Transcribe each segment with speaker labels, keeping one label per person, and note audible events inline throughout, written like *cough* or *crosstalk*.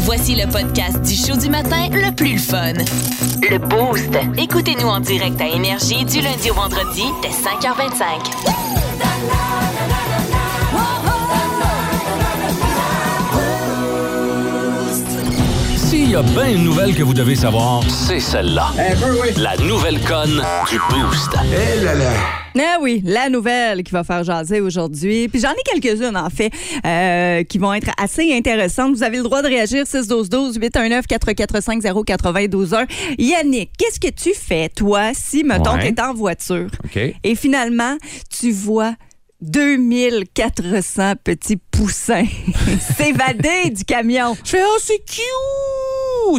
Speaker 1: Voici le podcast du show du matin le plus fun. Le Boost. Écoutez-nous en direct à Énergie du lundi au vendredi dès 5h25.
Speaker 2: S'il y a bien une nouvelle que vous devez savoir, c'est celle-là. La nouvelle conne du Boost.
Speaker 3: Ah oui, la nouvelle qui va faire jaser aujourd'hui. Puis j'en ai quelques-unes, en fait, euh, qui vont être assez intéressantes. Vous avez le droit de réagir 612-12-819-445-0991. Yannick, qu'est-ce que tu fais, toi, si, mettons,
Speaker 4: Ouais.
Speaker 3: t'es en voiture
Speaker 4: OK.
Speaker 3: et finalement, tu vois 2400 petits
Speaker 4: *laughs*
Speaker 3: poussins s'évader du camion?
Speaker 4: Je fais, oh, c'est cute!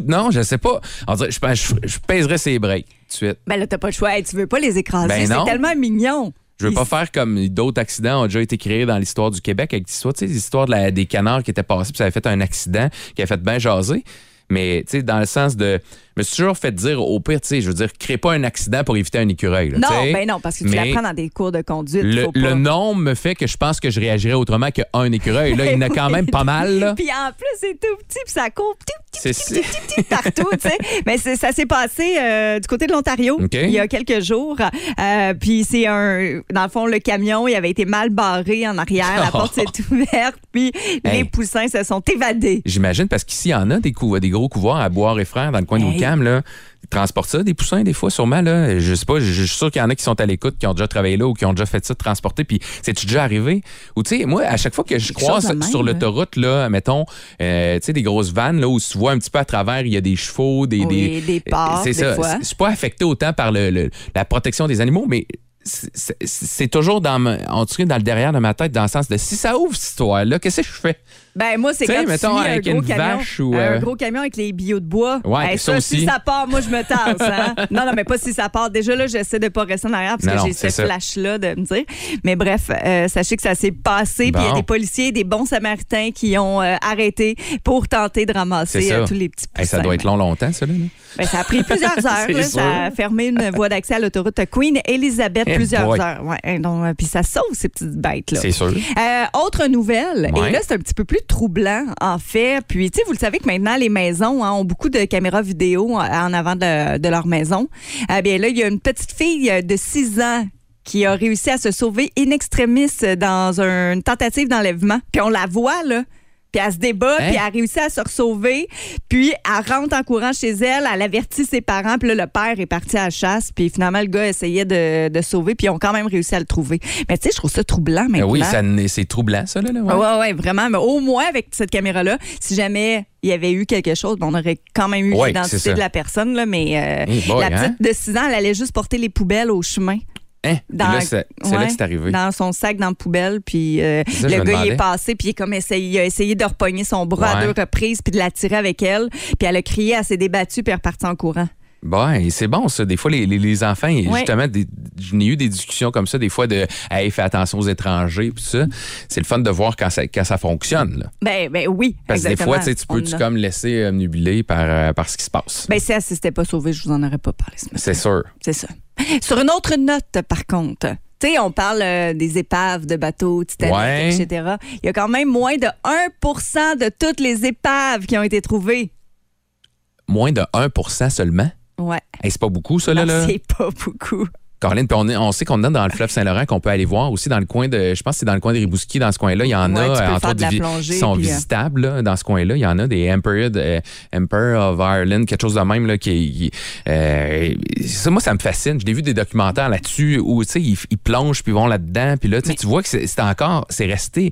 Speaker 4: Non, je sais pas. On dirait, je, pense- je, je pèserais ses breaks tout de suite.
Speaker 3: Ben là, t'as pas le choix. Hey, tu veux pas les écraser.
Speaker 4: Ben
Speaker 3: C'est
Speaker 4: non.
Speaker 3: tellement mignon.
Speaker 4: Je veux pas
Speaker 3: Ils-
Speaker 4: faire comme d'autres accidents ont déjà été créés dans l'histoire du Québec avec l'histoire, tu sais, l'histoire de la- des canards qui étaient passés puis ça avait fait un accident qui a fait bien jaser. Mais, tu sais, dans le sens de. Je me suis toujours fait dire, au pire, tu sais, je veux dire, crée pas un accident pour éviter un écureuil. là, tu
Speaker 3: Non,
Speaker 4: sais.
Speaker 3: ben non, parce que tu
Speaker 4: Mais
Speaker 3: l'apprends dans des cours de conduite.
Speaker 4: Le,
Speaker 3: faut pas.
Speaker 4: le nombre me fait que je pense que je réagirais autrement qu'un écureuil. Là, il y en a quand
Speaker 3: Oui. *laughs*
Speaker 4: même pas mal. là.
Speaker 3: Puis en plus, c'est tout petit, puis ça court tout petit,
Speaker 4: C'est
Speaker 3: petit, petit, petit, petit, partout, tu
Speaker 4: *laughs*
Speaker 3: sais. Mais c'est- ça s'est passé euh, du côté de l'Ontario
Speaker 4: OK.
Speaker 3: il y a quelques jours. Euh, puis c'est un, dans le fond, le camion, il avait été mal barré en arrière, la
Speaker 4: *laughs* Oh.
Speaker 3: porte s'est ouverte, puis les
Speaker 4: Hey.
Speaker 3: poussins se sont évadés.
Speaker 4: J'imagine, parce qu'ici, il y en a des, couv- des gros couvoirs à boire et frères dans le coin de
Speaker 3: Hey.
Speaker 4: Lucam. Là. Ils transportent ça, des poussins, des fois, sûrement. Là. Je sais pas, je, je suis sûr qu'il y en a qui sont à l'écoute, qui ont déjà travaillé là ou qui ont déjà fait ça, transporter. Puis, c'est-tu déjà arrivé? Ou, tu sais, moi, à chaque fois que je
Speaker 3: Quelque chose
Speaker 4: croise
Speaker 3: de même,
Speaker 4: sur
Speaker 3: là.
Speaker 4: l'autoroute, là, mettons, euh, tu sais, des grosses vannes, là, où tu vois un petit peu à travers, il y a des chevaux, des. euh,
Speaker 3: Oui, des porcs,
Speaker 4: C'est
Speaker 3: des
Speaker 4: ça.
Speaker 3: fois.
Speaker 4: Je suis pas affecté autant par le- le- la protection des animaux, mais. c'est- c'est- C'est toujours dans, ma- en tout cas, dans le derrière de ma tête, dans le sens de si ça ouvre cette histoire-là, qu'est-ce que je fais?
Speaker 3: Ben moi, c'est
Speaker 4: Tu sais,
Speaker 3: quand tu
Speaker 4: mettons,
Speaker 3: suis un
Speaker 4: avec
Speaker 3: gros
Speaker 4: une
Speaker 3: camion,
Speaker 4: vache ou,
Speaker 3: un
Speaker 4: euh,
Speaker 3: gros camion avec les billots de bois.
Speaker 4: Ouais,
Speaker 3: Hey,
Speaker 4: ça aussi.
Speaker 3: Si ça part, moi je me tasse.
Speaker 4: *laughs*
Speaker 3: hein. non, non, mais pas si ça part. Déjà là, j'essaie de pas rester en arrière parce
Speaker 4: Non,
Speaker 3: que
Speaker 4: non,
Speaker 3: j'ai ce
Speaker 4: c'est ça.
Speaker 3: flash là de me dire. Mais bref, euh, sachez que ça s'est passé. Puis il y a
Speaker 4: Bon.
Speaker 3: des policiers, des bons Samaritains qui ont euh, arrêté pour tenter de ramasser
Speaker 4: C'est ça.
Speaker 3: euh, tous les petits.
Speaker 4: Hey, ça
Speaker 3: poussins.
Speaker 4: doit être long, longtemps, ça. Là.
Speaker 3: Ben, ça a pris plusieurs
Speaker 4: *laughs*
Speaker 3: heures.
Speaker 4: C'est
Speaker 3: là.
Speaker 4: sûr.
Speaker 3: ça a fermé une voie d'accès à l'autoroute Queen Elizabeth
Speaker 4: Eh
Speaker 3: plusieurs
Speaker 4: boy.
Speaker 3: heures. Ouais, hein, donc, euh, puis ça sauve ces petites bêtes là.
Speaker 4: C'est sûr.
Speaker 3: Euh, autre nouvelle,
Speaker 4: Ouais.
Speaker 3: et là, c'est un petit peu plus troublant, en fait. Puis, tu sais, vous le savez que maintenant, les maisons hein, ont beaucoup de caméras vidéo en- en avant de, de leur maison. Eh bien, là, il y a une petite fille de 6 ans qui a réussi à se sauver in extremis dans un- une tentative d'enlèvement. Puis, on la voit, là. Puis elle se débat,
Speaker 4: Hein?
Speaker 3: puis elle réussit à se sauver. Puis elle rentre en courant chez elle, elle avertit ses parents. Puis là, le père est parti à la chasse. Puis finalement, le gars essayait de, de sauver, puis ils ont quand même réussi à le trouver. Mais tu sais, je trouve ça troublant
Speaker 4: Ben
Speaker 3: maintenant.
Speaker 4: oui, ça n- c'est troublant, ça. Là, là, ouais.
Speaker 3: Oui, ouais, ouais, vraiment. Mais au moins, avec cette caméra-là, si jamais il y avait eu quelque chose, ben, on aurait quand même eu
Speaker 4: Ouais, c'est
Speaker 3: l'identité
Speaker 4: ça.
Speaker 3: de la personne. Là, mais euh,
Speaker 4: Hey boy,
Speaker 3: la petite
Speaker 4: hein?
Speaker 3: de 6 ans, elle allait juste porter les poubelles au chemin.
Speaker 4: Hein? Puis
Speaker 3: Dans-
Speaker 4: là, c'est c'est là
Speaker 3: ouais,
Speaker 4: que c'est arrivé.
Speaker 3: Dans son sac, dans la poubelle. Puis euh,
Speaker 4: C'est ça, je
Speaker 3: le
Speaker 4: me
Speaker 3: gars, il est
Speaker 4: demandais.
Speaker 3: passé, puis il, est comme essayé, il a essayé de repogner son bras à
Speaker 4: Ouais.
Speaker 3: deux reprises, puis de la tirer avec elle. Puis elle a crié, elle s'est débattue, puis elle est repartie en courant.
Speaker 4: Bon, et c'est bon, ça. Des fois, les, les- les enfants, ils-
Speaker 3: Ouais.
Speaker 4: justement, des- j'en ai eu des discussions comme ça, des fois, de Hey, fais attention aux étrangers, puis ça. C'est le fun de voir quand ça, quand ça fonctionne. là.
Speaker 3: Ben, ben oui.
Speaker 4: Parce que des
Speaker 3: exactement.
Speaker 4: fois, tu sais, tu peux
Speaker 3: On
Speaker 4: tu
Speaker 3: l'a.
Speaker 4: comme laisser euh, obnubilé par, euh, par ce qui se passe.
Speaker 3: Ben, si elle s'était pas sauvée, je vous en aurais pas parlé ce matin.
Speaker 4: c'est sûr.
Speaker 3: C'est ça. Sur une autre note, par contre, tu sais, on parle euh, des épaves de bateaux, Titanic,
Speaker 4: Ouais.
Speaker 3: etc. Il y a quand même moins de 1 de toutes les épaves qui ont été trouvées.
Speaker 4: Moins de 1 seulement.
Speaker 3: Ouais,
Speaker 4: Hey, c'est pas beaucoup, ça, là.
Speaker 3: Non,
Speaker 4: là.
Speaker 3: c'est pas beaucoup.
Speaker 4: Caroline, puis on, est- on sait qu'on est dans le fleuve Saint-Laurent qu'on peut aller voir aussi dans le coin de. Je pense que c'est dans le coin de Ribouski, dans ce coin-là. Il y en
Speaker 3: Ouais,
Speaker 4: a,
Speaker 3: tu peux
Speaker 4: euh,
Speaker 3: faire de
Speaker 4: des
Speaker 3: la
Speaker 4: vi-
Speaker 3: plongée,
Speaker 4: qui sont
Speaker 3: puis, euh,
Speaker 4: visitables là, dans ce coin-là. Il y en a des Emperor, euh, Emperor of Ireland, quelque chose de même là, qui. qui- euh, ça, moi, ça me fascine. J'ai vu des documentaires là-dessus où tu sais, ils, ils plongent puis ils vont là-dedans. Puis là, tu sais, tu vois que c'est c'est encore. C'est resté.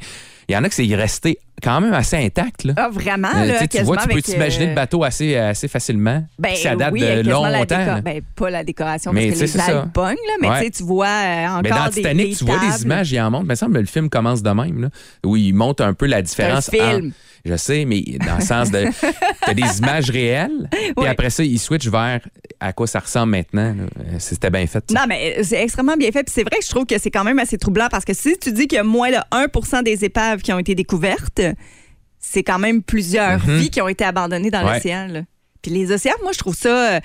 Speaker 4: Il y en a que c'est resté quand même assez intact. Là.
Speaker 3: Ah, vraiment,
Speaker 4: Euh, tu
Speaker 3: là,
Speaker 4: sais, tu vois,
Speaker 3: quasiment
Speaker 4: tu peux
Speaker 3: avec,
Speaker 4: t'imaginer le
Speaker 3: euh,
Speaker 4: bateau assez, assez facilement.
Speaker 3: Ben,
Speaker 4: Puis ça date
Speaker 3: oui,
Speaker 4: de
Speaker 3: quasiment la
Speaker 4: longtemps.
Speaker 3: déco-
Speaker 4: là.
Speaker 3: ben, pas la décoration,
Speaker 4: Mais
Speaker 3: parce
Speaker 4: tu
Speaker 3: que
Speaker 4: sais,
Speaker 3: les
Speaker 4: c'est ça.
Speaker 3: albums, là, mais
Speaker 4: Ouais.
Speaker 3: tu sais, tu vois euh, encore
Speaker 4: Mais dans
Speaker 3: des
Speaker 4: Titanic,
Speaker 3: des
Speaker 4: tu vois des
Speaker 3: tables.
Speaker 4: images, il en montre. Il me semble que le film commence de même, là, où il montre un peu la différence.
Speaker 3: C'est un film.
Speaker 4: entre- je sais, mais dans le sens
Speaker 3: *laughs*
Speaker 4: de. T'as des images réelles,
Speaker 3: Oui.
Speaker 4: puis après ça, il switch vers à quoi ça ressemble maintenant. là. Euh, C'était bien fait. ça.
Speaker 3: Non, mais euh, c'est extrêmement bien fait. Puis c'est vrai que je trouve que c'est quand même assez troublant parce que si tu dis qu'il y a moins de 1 des épaves qui ont été découvertes, c'est quand même plusieurs vies qui ont été abandonnées dans
Speaker 4: Mm-hmm. Ouais.
Speaker 3: l'océan. là. Puis les océans, moi, je trouve ça. euh,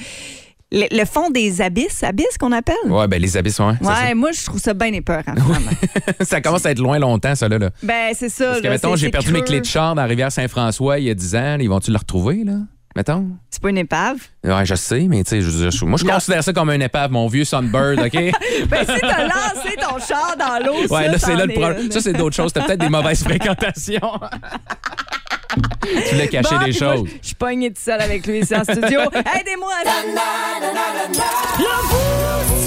Speaker 3: le, le fond des abysses, abysses qu'on appelle.
Speaker 4: Ouais, ben les abysses, ouais. c'est
Speaker 3: Ouais, moi, je trouve ça
Speaker 4: *laughs*
Speaker 3: bien épeurant. vraiment.
Speaker 4: ça. ça commence à être loin longtemps, ça, là. là.
Speaker 3: ben, c'est ça.
Speaker 4: Parce que,
Speaker 3: là,
Speaker 4: mettons,
Speaker 3: c'est-
Speaker 4: j'ai
Speaker 3: c'est
Speaker 4: perdu mes
Speaker 3: creux.
Speaker 4: clés de char dans la rivière Saint-François il y a 10 ans. Ils vont-tu le retrouver, là? Mettons.
Speaker 3: C'est pas une épave.
Speaker 4: Ouais, je sais, mais tu sais, je, veux dire, je- moi, je considère ça comme un épave, mon vieux Sunbird,
Speaker 3: *laughs*
Speaker 4: OK? ouais,
Speaker 3: Ben, si
Speaker 4: *laughs*
Speaker 3: t'as lancé ton char dans l'eau, ça,
Speaker 4: là, c'est
Speaker 3: c'en
Speaker 4: là le
Speaker 3: est
Speaker 4: problème.
Speaker 3: une.
Speaker 4: Ça, c'est d'autres choses. T'as peut-être des
Speaker 3: *laughs*
Speaker 4: mauvaises fréquentations. tu voulais cacher
Speaker 3: Bon,
Speaker 4: des
Speaker 3: puis moi,
Speaker 4: choses.
Speaker 3: Je suis pognée toute seule avec lui ici
Speaker 4: *laughs*
Speaker 3: en studio. Aidez-moi!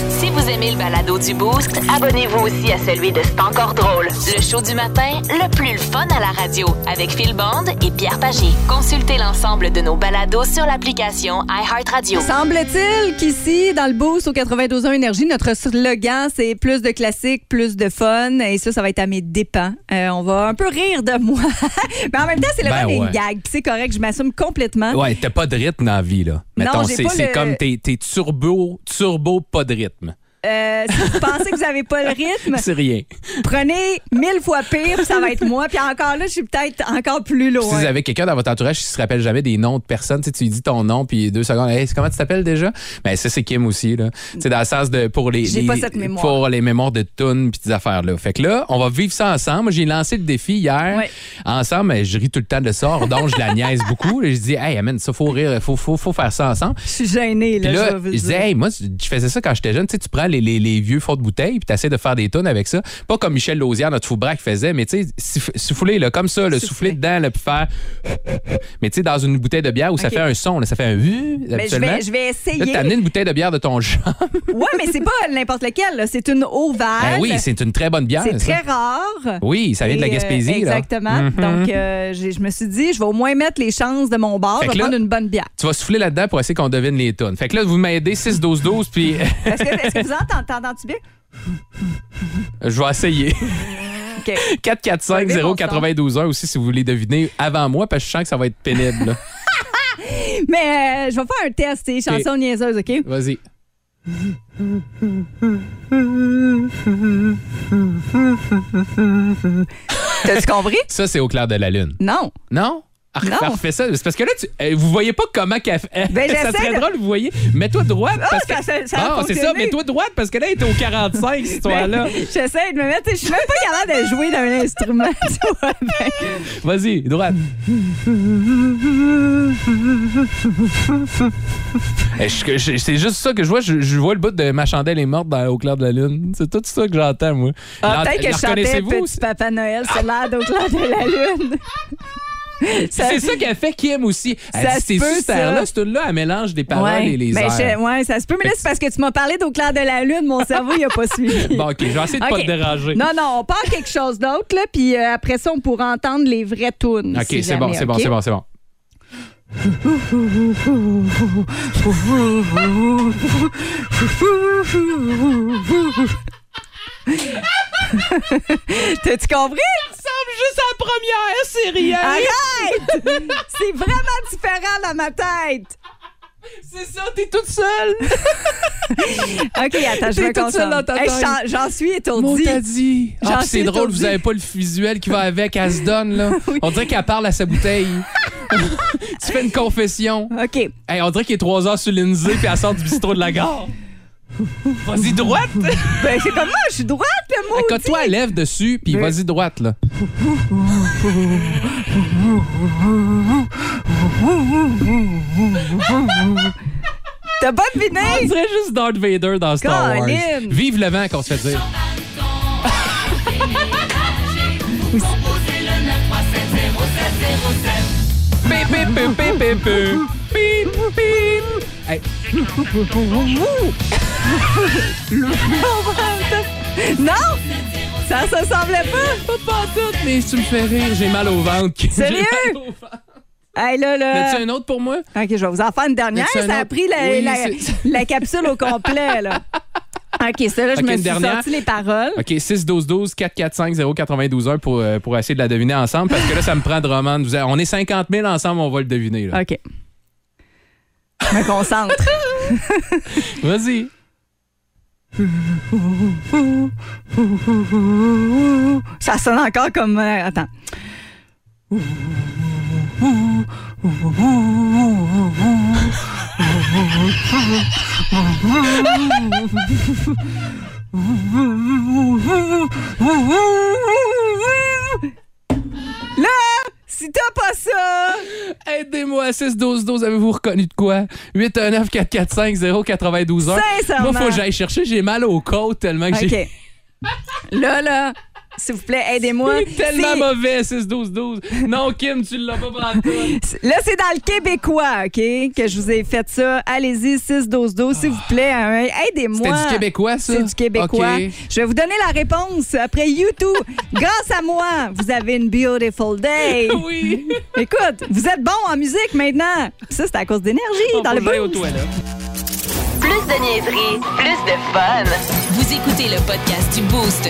Speaker 1: Si vous aimez le balado du Boost, abonnez-vous aussi à celui de C'est encore drôle. Le show du matin, le plus le fun à la radio, avec Phil Bond et Pierre Pagé. Consultez l'ensemble de nos balados sur l'application iHeartRadio.
Speaker 3: Semble-t-il qu'ici, dans le boost au 92.1 Énergie, notre slogan, c'est plus de classique, plus de fun. Et ça, ça va être à mes dépens. Euh, on va un peu rire de moi. *laughs* Mais en même temps, c'est le
Speaker 4: Ben
Speaker 3: rôle des
Speaker 4: ouais.
Speaker 3: gags. Puis c'est correct, je m'assume complètement.
Speaker 4: Ouais, t'as pas de rythme dans la vie, là.
Speaker 3: Non,
Speaker 4: Mettons,
Speaker 3: j'ai
Speaker 4: c'est
Speaker 3: pas
Speaker 4: c'est
Speaker 3: le-
Speaker 4: comme t'es t'es turbo, turbo, pas de rythme.
Speaker 3: Euh, si vous pensez que vous n'avez pas le rythme,
Speaker 4: *laughs* C'est rien.
Speaker 3: prenez mille fois pire, puis ça va être moi. Puis encore là, je suis peut-être encore plus
Speaker 4: Si
Speaker 3: loin.
Speaker 4: vous avez quelqu'un dans votre entourage qui se rappelle jamais des noms de personnes, tu sais, tu lui dis ton nom, puis deux secondes, hey, c'est comment tu t'appelles déjà? Ben, ça, c'est Kim aussi, là. C'est dans le sens de, pour les,
Speaker 3: J'ai
Speaker 4: les-
Speaker 3: pas cette mémoire.
Speaker 4: pour les mémoires de tunes puis des affaires, là. Fait que là, on va vivre ça ensemble. Moi, J'ai lancé le défi hier.
Speaker 3: Ouais.
Speaker 4: Ensemble, mais je ris tout le temps de ça. Donc, je la *laughs* niaise beaucoup. Et je dis, hey, amène, ça, faut rire, faut, faut, faut faire ça ensemble.
Speaker 3: Je suis gênée, là,
Speaker 4: Puis là,
Speaker 3: je vais vous
Speaker 4: je
Speaker 3: le
Speaker 4: disais,
Speaker 3: dire.
Speaker 4: hey, moi, je faisais ça quand j'étais jeune. Tu sais, tu prends les, les, les vieux fonds de bouteille puis tu essaies de faire des tonnes avec ça. Pas comme Michel Lausière, notre foubraque, faisait, mais tu sais, siff- souffler, là, comme ça, le souffler dedans, là, puis faire. Mais tu sais, dans une bouteille de bière où ça
Speaker 3: Ok.
Speaker 4: fait un son, là, ça fait un.
Speaker 3: Ben, je,
Speaker 4: Absolument.
Speaker 3: vais, je vais
Speaker 4: Là,
Speaker 3: essayer.
Speaker 4: t'as amené une bouteille de bière de ton genre.
Speaker 3: Ouais, mais c'est pas n'importe lequel. là. C'est une ovale.
Speaker 4: Ben oui, c'est une très bonne bière.
Speaker 3: c'est
Speaker 4: ça.
Speaker 3: très rare.
Speaker 4: Oui, ça vient de la
Speaker 3: Et, euh,
Speaker 4: Gaspésie. là.
Speaker 3: exactement.
Speaker 4: Mhm.
Speaker 3: Donc, euh, j'ai- je me suis dit, je vais au moins mettre les chances de mon bar.
Speaker 4: Fait
Speaker 3: Je vais
Speaker 4: que là-
Speaker 3: prendre une bonne bière.
Speaker 4: Tu vas souffler là-dedans pour essayer qu'on devine les tonnes. Fait que là, vous m'aidez 6-12-12, puis *laughs*
Speaker 3: Est-ce que, est-ce que vous entendez t'entends-tu bien?
Speaker 4: je vais essayer.
Speaker 3: OK.
Speaker 4: *laughs* 445-092-1 aussi, si vous voulez deviner avant moi, parce que je sens que ça va être pénible.
Speaker 3: *laughs*
Speaker 4: là.
Speaker 3: Mais euh, je vais faire un test, c'est chanson niaiseuse, OK?
Speaker 4: Vas-y.
Speaker 3: T'as-tu compris?
Speaker 4: Ça, c'est au clair de la lune.
Speaker 3: Non.
Speaker 4: Non? Ah,
Speaker 3: Non.
Speaker 4: Refais ça. C'est parce que là, tu, euh, vous voyez pas comment qu'elle fait. *laughs*
Speaker 3: Ben,
Speaker 4: ça
Speaker 3: j'essaie
Speaker 4: serait
Speaker 3: de-
Speaker 4: drôle, vous voyez. Mets-toi droite. parce
Speaker 3: ça-
Speaker 4: que...
Speaker 3: ça- ça a
Speaker 4: Ah, c'est ça.
Speaker 3: fonctionné. Ben-
Speaker 4: Mets-toi droite parce que là, elle était au 45, cette histoire-là.
Speaker 3: *laughs* J'essaie de me mettre. Je suis même pas capable de jouer d'un instrument. *laughs* tu vois, ben.
Speaker 4: Vas-y,
Speaker 3: *laughs*
Speaker 4: droite. Eh, je- je- C'est juste ça que je vois. Je, je vois le bout de ma chandelle est morte dans, au clair de la lune. C'est tout ça que j'entends, moi.
Speaker 3: Ah,
Speaker 4: L'ent-
Speaker 3: Peut-être que
Speaker 4: la
Speaker 3: je chantais
Speaker 4: reconnaissez-vous?
Speaker 3: Petit Papa Noël sur l'air d'au clair de la lune.
Speaker 4: *laughs*
Speaker 3: Ça-
Speaker 4: C'est ça qu'elle fait Kim aussi. Elle
Speaker 3: Ça
Speaker 4: dit,
Speaker 3: se
Speaker 4: c'est
Speaker 3: peut,
Speaker 4: super, là,
Speaker 3: ça.
Speaker 4: ce tune-là, elle mélange des paroles et les
Speaker 3: Ben,
Speaker 4: airs.
Speaker 3: je- ouais, ça se peut. Mais là, c'est parce que tu m'as parlé d'au clair de la lune. Mon cerveau, il a pas
Speaker 4: *laughs*
Speaker 3: suivi.
Speaker 4: Bon, OK, je vais essayer de pas
Speaker 3: OK.
Speaker 4: te déranger.
Speaker 3: Non, non, on part quelque chose d'autre, là, puis euh, après ça, on pourra entendre les vraies tunes.
Speaker 4: OK,
Speaker 3: si
Speaker 4: c'est bon,
Speaker 3: jamais,
Speaker 4: c'est bon,
Speaker 3: OK?
Speaker 4: c'est bon, c'est bon.
Speaker 3: *laughs* T'as-tu compris?
Speaker 4: Juste la première, c'est rien.
Speaker 3: Arrête! c'est vraiment différent dans ma tête.
Speaker 4: C'est ça, t'es toute seule.
Speaker 3: OK, attends, je
Speaker 4: T'es
Speaker 3: me
Speaker 4: toute seule dans
Speaker 3: concentre.
Speaker 4: ta
Speaker 3: Hey,
Speaker 4: tête.
Speaker 3: j'en- J'en suis
Speaker 4: Mon
Speaker 3: étourdie.
Speaker 4: t'a dit.
Speaker 3: J'en
Speaker 4: Ah, puis c'est
Speaker 3: suis
Speaker 4: drôle, vous
Speaker 3: étourdie.
Speaker 4: avez pas le visuel qui va avec, elle se donne,
Speaker 3: *laughs*
Speaker 4: là. On dirait qu'elle parle à sa bouteille. tu fais une confession.
Speaker 3: OK.
Speaker 4: Hey, on dirait qu'il est 3 heures sur l'INSEE, puis elle sort du bistrot de la
Speaker 3: *laughs*
Speaker 4: gare. Vas-y droite!
Speaker 3: Ben, c'est comme moi, je suis droite, le mot.
Speaker 4: Cote-toi, lève dessus, puis vas-y droite, là.
Speaker 3: T'as pas deviné?
Speaker 4: On dirait juste Darth Vader dans Star Wars.
Speaker 3: Colin!
Speaker 4: Vive le vent qu'on se fait dire. Pip, pip, pip, pip, pip, pip. Pip, pip. Hey,
Speaker 3: Non! Ça se semblait pas.
Speaker 4: Ah, pas tout, mais tu me fais rire, j'ai mal au ventre. J'ai
Speaker 3: Sérieux? Euh.
Speaker 4: mal au ventre.
Speaker 3: Hey, là,
Speaker 4: *laughs*
Speaker 3: là.
Speaker 4: As-tu un autre pour moi?
Speaker 3: OK, je vais vous en faire une dernière.
Speaker 4: As-tu un
Speaker 3: Ça a
Speaker 4: autre?
Speaker 3: pris la,
Speaker 4: Oui,
Speaker 3: la-
Speaker 4: c'est-
Speaker 3: *laughs* la capsule au complet, là. OK, ça, là, je
Speaker 4: OK,
Speaker 3: me
Speaker 4: une
Speaker 3: suis
Speaker 4: dernière.
Speaker 3: sorti les paroles.
Speaker 4: OK, 6 12 12 4 4 5 0 92 1 pour, euh, pour essayer de la deviner ensemble parce que là, ça me prend de roman. Vous avez- On est 50 000 ensemble, on va le deviner. là.
Speaker 3: OK. Je me concentre. *laughs*
Speaker 4: Vas-y.
Speaker 3: Ça sonne encore comme. euh, attends. Là, si t'as pas ça,
Speaker 4: Aidez-moi, 6-12-12, avez-vous reconnu de quoi? 819-445-092-1.
Speaker 3: Sincèrement.
Speaker 4: Moi, faut que j'aille chercher, j'ai mal aux côtes tellement que *laughs* j'ai...
Speaker 3: OK. Là, là, s'il vous plaît, aidez-moi.
Speaker 4: Il est tellement
Speaker 3: C'est-
Speaker 4: mauvais, 6-12-12. Non, Kim, tu l'as pas
Speaker 3: *laughs*
Speaker 4: pantoute.
Speaker 3: Là, c'est dans le québécois, OK, que je vous ai fait ça. Allez-y, 6-12-12, s'il vous plaît. hein, Aidez-moi.
Speaker 4: C'était du québécois, ça?
Speaker 3: C'est du québécois.
Speaker 4: OK.
Speaker 3: *laughs* Je vais vous donner la réponse après
Speaker 4: *laughs*
Speaker 3: YouTube. Grâce à moi, vous avez une beautiful day.
Speaker 4: *laughs* Oui.
Speaker 3: Écoute, vous êtes bon en musique maintenant. Ça, c'est à cause d'énergie dans le
Speaker 4: Faut que j'aille aux
Speaker 3: boost.
Speaker 4: toilettes.
Speaker 1: Plus de niaiserie, plus de fun. Vous écoutez le podcast du Boost.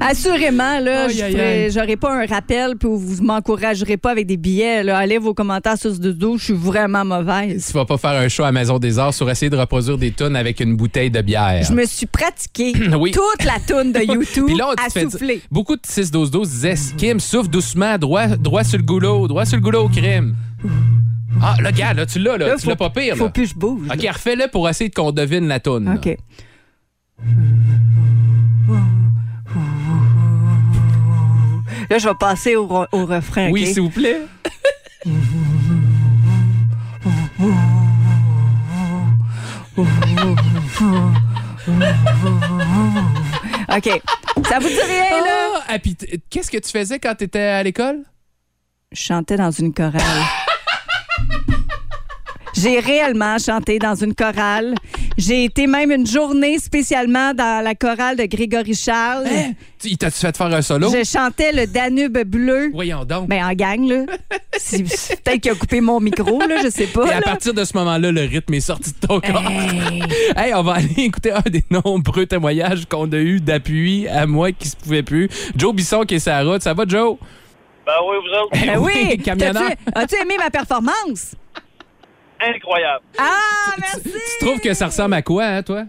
Speaker 3: Assurément, là,
Speaker 4: Aïe,
Speaker 3: je
Speaker 4: aïe,
Speaker 3: ferai-
Speaker 4: aïe.
Speaker 3: j'aurai pas un rappel, puis vous m'encouragerez pas avec des billets. là. Allez vos commentaires sur ce dos, je suis vraiment mauvaise.
Speaker 4: Tu vas pas faire un show à Maison des Arts sur essayer de reproduire des tonnes avec une bouteille de bière.
Speaker 3: Je me suis pratiquée
Speaker 4: *clears throat* Oui.
Speaker 3: toute la
Speaker 4: *laughs*
Speaker 3: toune de YouTube
Speaker 4: Puis là, on
Speaker 3: à
Speaker 4: te fait
Speaker 3: souffler.
Speaker 4: dire- Beaucoup de 6-12-12 disaient Kim, souffle doucement, droit, droit sur le goulot, droit sur le goulot au crime. Ah, là, gars, là, tu l'as, là.
Speaker 3: Là,
Speaker 4: tu
Speaker 3: faut-
Speaker 4: l'as pas pire,
Speaker 3: Faut
Speaker 4: là.
Speaker 3: plus que je bouge.
Speaker 4: OK, refais-le pour essayer qu'on devine la toune. là.
Speaker 3: OK. Là, je vais passer au, re- au refrain.
Speaker 4: Oui,
Speaker 3: OK?
Speaker 4: s'il vous plaît.
Speaker 3: OK. Ça vous dit rien, là?
Speaker 4: Ah, ah, puis t- qu'est-ce que tu faisais quand t'étais à l'école?
Speaker 3: Je chantais dans une chorale. J'ai réellement chanté dans une chorale. J'ai été même une journée spécialement dans la chorale de Grégory Charles.
Speaker 4: Hein? Tu- Il t'a-tu fait faire un solo?
Speaker 3: Je chantais le Danube bleu.
Speaker 4: Voyons donc.
Speaker 3: Ben, en gang, là. Si- Peut-être qu'il a coupé mon micro, là, je sais pas.
Speaker 4: Et à
Speaker 3: là. Ben
Speaker 4: partir de ce moment-là, le rythme est sorti de
Speaker 3: Eh.
Speaker 4: ton corps. Hey, on va aller *laughs* écouter un des nombreux témoignages qu'on a eu d'appui à moi qui se pouvait plus. Joe Bisson qui est sur la route. Ça va, Joe?
Speaker 5: Ben oui, vous autres,
Speaker 3: Ben oui,
Speaker 4: Ah camionneur.
Speaker 3: T'as-tu- As-tu aimé ma performance?
Speaker 5: *laughs* incroyable.
Speaker 3: Ah, merci!
Speaker 4: Tu trouves que ça ressemble à quoi, hein, toi?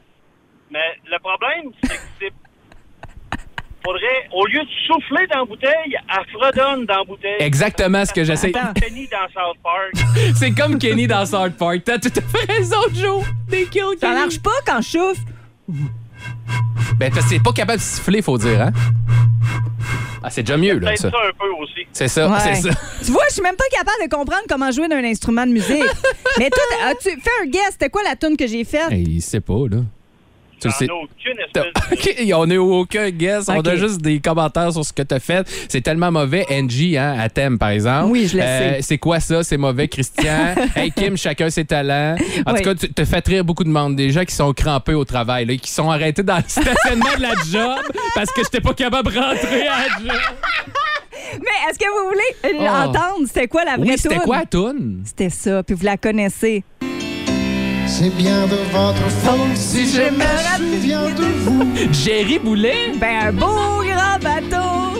Speaker 5: Mais le problème, c'est que c'est.
Speaker 4: *laughs*
Speaker 5: Faudrait, au lieu de souffler dans la bouteille, elle fredonne dans la bouteille.
Speaker 4: Exactement ce que j'essaie.
Speaker 3: Attends.
Speaker 5: Penny dans South Park.
Speaker 4: *laughs* C'est comme Kenny dans South Park. T'as tout à fait raison, Joe. Des kills,
Speaker 3: Ça
Speaker 4: Kenny.
Speaker 3: marche pas quand je chauffe.
Speaker 4: Ben, parce que c'est pas capable de siffler, faut dire, hein? Ah, c'est déjà mieux, là,
Speaker 5: Peut-être ça
Speaker 4: ça.
Speaker 5: un peu aussi.
Speaker 4: C'est ça,
Speaker 3: Ouais.
Speaker 4: Ah, c'est ça.
Speaker 3: Tu vois, je suis même pas capable de comprendre comment jouer d'un instrument de musique.
Speaker 4: *laughs*
Speaker 3: Mais toi, t'as- as-tu fais un guess, c'était quoi la tune que j'ai faite?
Speaker 4: Hey, il sait pas, là. Tu le sais.
Speaker 5: J'en ai aucune
Speaker 4: T'as-
Speaker 3: *laughs*
Speaker 5: espèce de-
Speaker 4: OK, *laughs* on n'a aucun guess. On
Speaker 3: OK.
Speaker 4: a juste des commentaires sur ce que t'as fait. C'est tellement mauvais. Angie, hein, à thème, par exemple. Euh,
Speaker 3: Oui, je le sais.
Speaker 4: C'est quoi ça? C'est mauvais,
Speaker 3: *laughs*
Speaker 4: Christian. hey, Kim, chacun ses talents. En
Speaker 3: Oui.
Speaker 4: tout cas, tu te fait rire beaucoup de monde. Des gens qui sont crampés au travail, là, qui sont arrêtés dans le *laughs* stationnement de la job parce que j'étais pas capable de rentrer à la job.
Speaker 3: Mais est-ce que vous voulez
Speaker 4: Oh.
Speaker 3: l'entendre? C'était quoi la vraie
Speaker 4: Oui, c'était
Speaker 3: toune?
Speaker 4: quoi, Toon?
Speaker 3: C'était ça, puis vous la connaissez.
Speaker 6: C'est bien de votre faute si je me
Speaker 3: me
Speaker 6: souviens de vous.
Speaker 4: Jerry Boulet?
Speaker 3: Ben, un beau grand bateau.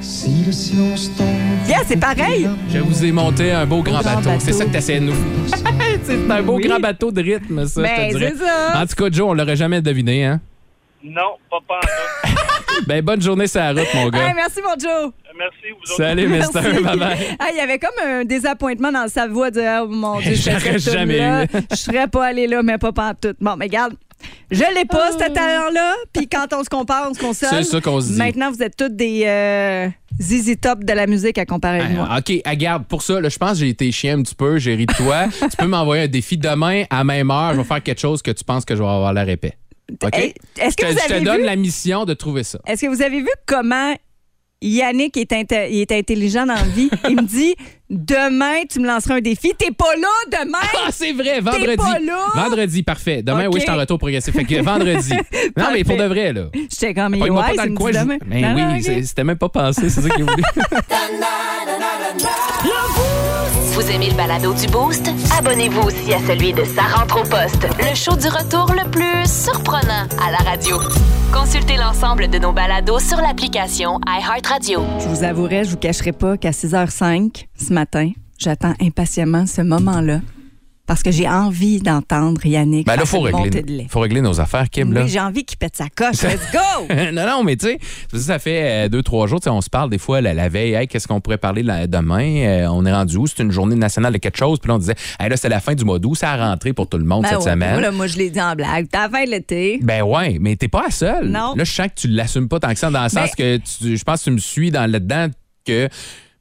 Speaker 6: Si le silence tombe.
Speaker 3: Yeah, c'est pareil.
Speaker 4: Je vous ai monté un beau grand,
Speaker 3: grand
Speaker 4: bateau.
Speaker 3: bateau.
Speaker 4: C'est ça que t'essayais de nous. c'est un beau
Speaker 3: Oui.
Speaker 4: grand bateau de rythme, ça,
Speaker 3: Ben,
Speaker 4: je te dirais.
Speaker 3: c'est ça.
Speaker 4: En tout cas, Joe, on l'aurait jamais deviné, hein?
Speaker 5: Non, pas pas en tout.
Speaker 4: Ben, bonne journée sur la route, mon gars.
Speaker 3: Hey, merci, mon Joe.
Speaker 5: Merci, vous
Speaker 4: *laughs*
Speaker 5: autres.
Speaker 4: Salut,
Speaker 3: Merci.
Speaker 4: mister. Bye-bye.
Speaker 3: Ah, Il y avait comme un désappointement dans sa voix de Oh mon Dieu, je fais
Speaker 4: J'aurais
Speaker 3: cette
Speaker 4: jamais
Speaker 3: toune-là.
Speaker 4: eu.
Speaker 3: Je serais pas allé là, mais pas pantoute. Bon, mais regarde, je l'ai pas, ce talent-là. Puis quand on se compare, on se console.
Speaker 4: C'est ça qu'on se dit.
Speaker 3: Maintenant, vous êtes toutes des euh, zizi top de la musique à comparer avec moi.
Speaker 4: Ah, OK, ah, garde, pour ça, là, je pense que j'ai été chien un petit peu, j'ai ri de
Speaker 3: *laughs*
Speaker 4: toi. tu peux m'envoyer un défi demain à même heure, je vais faire quelque chose que tu penses que je vais avoir l'air épais. ah, OK?
Speaker 3: Hey, Est-ce que,
Speaker 4: je te,
Speaker 3: vous
Speaker 4: je te
Speaker 3: avez
Speaker 4: donne
Speaker 3: vu-
Speaker 4: la mission de trouver ça.
Speaker 3: est-ce que vous avez vu comment Yannick est, inte- il est intelligent dans la
Speaker 4: *laughs*
Speaker 3: vie? Il me dit Demain, tu me lanceras un défi. T'es pas là demain!
Speaker 4: Ah, c'est vrai, vendredi.
Speaker 3: pas là?
Speaker 4: Vendredi, parfait. Demain,
Speaker 3: OK.
Speaker 4: oui, je suis en retour progressif.
Speaker 3: *laughs*
Speaker 4: Fait que vendredi. non, mais pour de vrai, là.
Speaker 3: J'étais comme,
Speaker 4: Pogne-moi
Speaker 3: ouais,
Speaker 4: pas dans
Speaker 3: c'est
Speaker 4: le coin. je-
Speaker 3: demain.
Speaker 4: Mais
Speaker 3: Non,
Speaker 4: oui,
Speaker 3: non, ok.
Speaker 4: c'est- c'était même pas pensé, c'est ça qu'il
Speaker 3: *laughs*
Speaker 4: voulait.
Speaker 1: Vous aimez le balado du Boost? Abonnez-vous aussi à celui de Sa rentre au poste, le show du retour le plus surprenant à la radio. Consultez l'ensemble de nos balados sur l'application iHeartRadio.
Speaker 3: Je vous avouerai, je vous cacherai pas qu'à 6h05 ce matin, j'attends impatiemment ce moment-là Parce que j'ai envie d'entendre Yannick.
Speaker 4: Ben là,
Speaker 3: faire
Speaker 4: faut
Speaker 3: cette montée
Speaker 4: régler,
Speaker 3: de lait.
Speaker 4: faut régler nos affaires, Kim. là.
Speaker 3: Oui, j'ai envie qu'il pète sa coche.
Speaker 4: *laughs*
Speaker 3: Let's go!
Speaker 4: non, non, mais tu sais, ça, ça fait euh, deux, trois jours, tu sais, on se parle des fois la, la veille, Hey, qu'est-ce qu'on pourrait parler la- demain? Euh, on est rendu où? C'est une journée nationale de quelque chose. Puis là, on disait, Hey, là, c'est la fin du mois d'août, ça a rentré pour tout le monde
Speaker 3: Ben
Speaker 4: cette
Speaker 3: ouais,
Speaker 4: semaine.
Speaker 3: Voilà, moi, je l'ai dit en blague. T'as fin de l'été.
Speaker 4: Ben ouais, mais t'es pas la seule.
Speaker 3: Non. Ben
Speaker 4: Là, je sens que tu l'assumes pas tant que ça, dans le sens que tu- je pense que tu me suis dans là-dedans que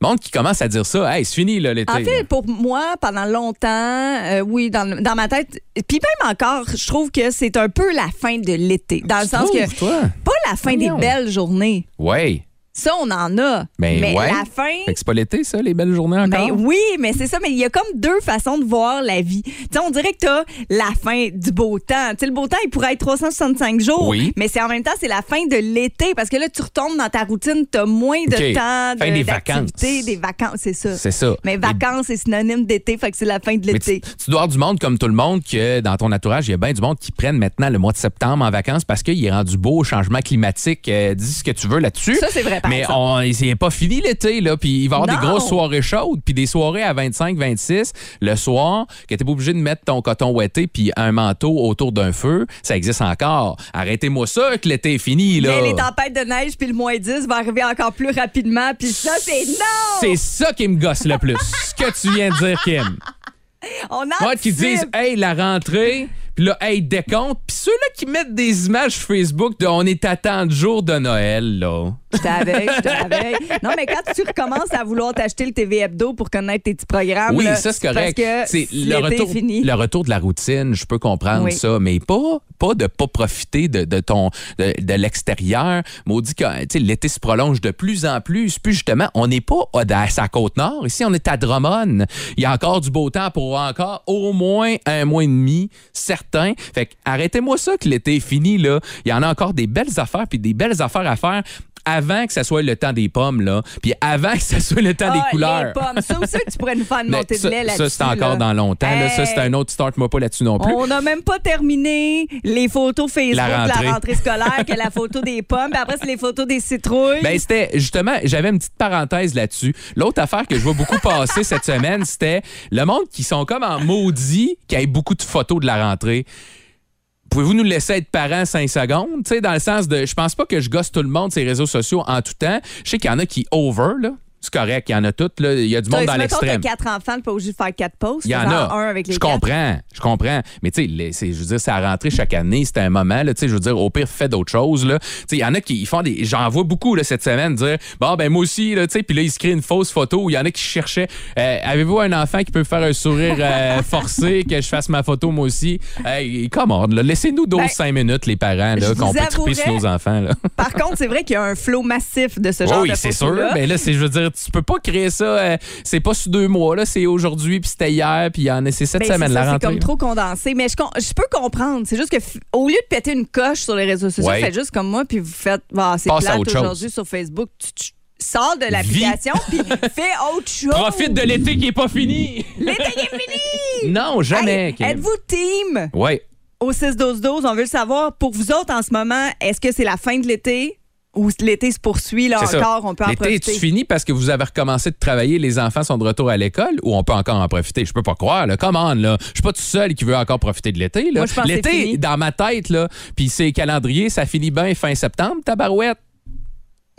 Speaker 4: monde qui commence à dire ça, hey, c'est fini là, l'été.
Speaker 3: En fait,
Speaker 4: là.
Speaker 3: pour moi, pendant longtemps, euh, oui, dans, le- dans ma tête, puis même encore, je trouve que c'est un peu la fin de l'été. Dans le
Speaker 4: Tu
Speaker 3: sens que.
Speaker 4: trouves, toi?
Speaker 3: Pas la fin des
Speaker 4: Voyons.
Speaker 3: belles journées.
Speaker 4: Ouais.
Speaker 3: Ça, on en a.
Speaker 4: Ben
Speaker 3: mais
Speaker 4: ouais.
Speaker 3: la fin.
Speaker 4: Fait que c'est pas l'été, ça, les belles journées encore?
Speaker 3: Ben oui, mais c'est ça, mais il y a comme deux façons de voir la vie. Tu sais, on dirait que t'as la fin du beau temps. Tu sais, le beau temps, il pourrait être 365 jours,
Speaker 4: Oui.
Speaker 3: mais c'est en même temps, c'est la fin de l'été parce que là, tu retombes dans ta routine, t'as moins de
Speaker 4: OK.
Speaker 3: temps,
Speaker 4: Fin
Speaker 3: de-
Speaker 4: des
Speaker 3: d'activités,
Speaker 4: vacances.
Speaker 3: des vacances, c'est ça.
Speaker 4: C'est ça.
Speaker 3: Mais vacances, c'est synonyme d'été, fait que c'est la fin de
Speaker 4: Mais tu,
Speaker 3: l'été.
Speaker 4: tu dois avoir du monde comme tout le monde que dans ton entourage, il y a bien du monde qui prennent maintenant le mois de septembre en vacances parce qu'il est rendu beau au changement climatique. Euh, dis ce que tu veux là-dessus.
Speaker 3: Ça, c'est vrai, par
Speaker 4: Mais
Speaker 3: exemple.
Speaker 4: on, c'est pas fini l'été, là. Puis il va y avoir des
Speaker 3: Non.
Speaker 4: grosses soirées chaudes, puis des soirées à 25, 26 le soir, que t'es pas obligé de mettre ton coton ouaté puis un manteau autour d'un feu. Ça existe encore. Arrêtez-moi ça que l'été est fini, là.
Speaker 3: Mais les tempêtes de neige puis le moins 10 va arriver encore plus rapidement, puis ça, c'est non!
Speaker 4: C'est ça qui me gosse le plus. ce que tu viens de dire, Kim.
Speaker 3: On
Speaker 4: Moi, qui
Speaker 3: anticipe.
Speaker 4: disent, hey, la rentrée, puis là, hey, décompte. Puis ceux-là qui mettent des images Facebook de on est à tant de jours de Noël, là.
Speaker 3: Je t'avais, je t'avais. Non, mais quand tu recommences à vouloir t'acheter le TV Hebdo pour connaître tes petits programmes,
Speaker 4: oui,
Speaker 3: là,
Speaker 4: ça, c'est correct.
Speaker 3: Parce que
Speaker 4: C'est le
Speaker 3: l'été est
Speaker 4: retour,
Speaker 3: fini.
Speaker 4: le retour de la routine, je peux comprendre
Speaker 3: Oui.
Speaker 4: ça, mais pas, pas de pas profiter de, de ton de, de l'extérieur. Maudit que tu sais, l'été se prolonge de plus en plus. Puis justement, on n'est pas à à sa côte nord. Ici, on est à Drummond. Il y a encore du beau temps pour encore au moins un mois et demi, certain. Fait que arrêtez-moi ça que l'été est fini, là. Il y en a encore des belles affaires, puis des belles affaires à faire avant que ça soit le temps des pommes, là. Puis avant que ça soit le temps
Speaker 3: Ah,
Speaker 4: des couleurs.
Speaker 3: Les pommes. Ça aussi, tu pourrais nous faire
Speaker 4: *laughs*
Speaker 3: une
Speaker 4: Mais
Speaker 3: montée
Speaker 4: ça,
Speaker 3: de lait
Speaker 4: ça,
Speaker 3: là-dessus.
Speaker 4: c'est encore
Speaker 3: là.
Speaker 4: dans longtemps. là. Ça,
Speaker 3: Hey,
Speaker 4: c'est un autre start moi pas là-dessus non plus.
Speaker 3: On n'a même pas terminé les photos Facebook
Speaker 4: La
Speaker 3: de
Speaker 4: rentrée.
Speaker 3: la rentrée scolaire, que la photo des pommes, puis après, c'est les photos des citrouilles.
Speaker 4: Ben, c'était justement, j'avais une petite parenthèse là-dessus. L'autre affaire que je vois beaucoup passer cette semaine, c'était le monde qui sont comme en maudit, qui a beaucoup de photos de la rentrée. Pouvez-vous nous laisser être parents cinq secondes? Tu sais, dans le sens de, je pense pas que je gosse tout le monde ces réseaux sociaux en tout temps. Je sais qu'il y en a qui over, là. C'est correct, il y en a toutes, là. Il y a du
Speaker 3: T'as-
Speaker 4: monde dans
Speaker 3: mettons,
Speaker 4: l'extrême.
Speaker 3: T'as quatre enfants, t'es pas obligé de faire quatre posts.
Speaker 4: Il y en
Speaker 3: fais-en
Speaker 4: a.
Speaker 3: Un avec les
Speaker 4: je
Speaker 3: quatre.
Speaker 4: comprends, je comprends. Mais tu sais, les- c'est- je veux dire, c'est à rentrer chaque année, c'est un moment. Là, tu sais, je veux dire, au pire, fais d'autres choses. là. Tu sais, il y en a qui ils font des. J'en vois beaucoup là, cette semaine dire Bon, ben moi aussi, là, tu sais, puis là, ils se créent une fausse photo où il y en a qui cherchaient euh, Avez-vous un enfant qui peut me faire un sourire euh,
Speaker 3: *laughs*
Speaker 4: forcé, que je fasse ma photo moi aussi Hey, Come on, là, laissez-nous 12-5
Speaker 3: Ben,
Speaker 4: minutes, les parents,
Speaker 3: je
Speaker 4: là,
Speaker 3: vous
Speaker 4: qu'on peut triper
Speaker 3: avouerais-
Speaker 4: sur nos enfants. Là.
Speaker 3: Par contre, c'est vrai qu'il y a un flot massif de ce
Speaker 4: Oh
Speaker 3: genre
Speaker 4: oui,
Speaker 3: de
Speaker 4: c'est sûr.
Speaker 3: photos-là.
Speaker 4: Mais là, c'est, je veux dire, tu peux pas créer ça. euh, c'est pas sur deux mois, là. C'est aujourd'hui, puis c'était hier, puis il y en a. C'est cette
Speaker 3: Ben,
Speaker 4: semaine,
Speaker 3: c'est
Speaker 4: la
Speaker 3: ça,
Speaker 4: rentrée.
Speaker 3: C'est comme
Speaker 4: là.
Speaker 3: trop condensé. Mais je, com- je peux comprendre. C'est juste que f- au lieu de péter une coche sur les réseaux sociaux,
Speaker 4: Ouais.
Speaker 3: faites juste comme moi, puis vous faites bah, c'est
Speaker 4: Passe à
Speaker 3: plate
Speaker 4: autre chose.
Speaker 3: aujourd'hui sur Facebook. Tu, tu sors de l'application, puis
Speaker 4: *laughs*
Speaker 3: fais autre chose.
Speaker 4: Profite de l'été qui est pas fini.
Speaker 3: Oh! L'été
Speaker 4: *laughs*
Speaker 3: il est fini!
Speaker 4: Non, jamais.
Speaker 3: Hey,
Speaker 4: Kim.
Speaker 3: Êtes-vous team
Speaker 4: Ouais.
Speaker 3: au 6-12-12? On veut le savoir. Pour vous autres, en ce moment, est-ce que c'est la fin de l'été ou l'été se poursuit là
Speaker 4: C'est ça.
Speaker 3: encore? On peut en
Speaker 4: L'été,
Speaker 3: profiter.
Speaker 4: tu finis parce que vous avez recommencé de travailler, les enfants sont de retour à l'école ou on peut encore en profiter? Je peux pas croire, là. Come on, là. Je suis pas tout seul qui veut encore profiter de l'été, là.
Speaker 3: Moi, je pense que c'est
Speaker 4: L'été,
Speaker 3: fini.
Speaker 4: dans ma tête, là, puis c'est calendrier, ça finit bien fin septembre, tabarouette.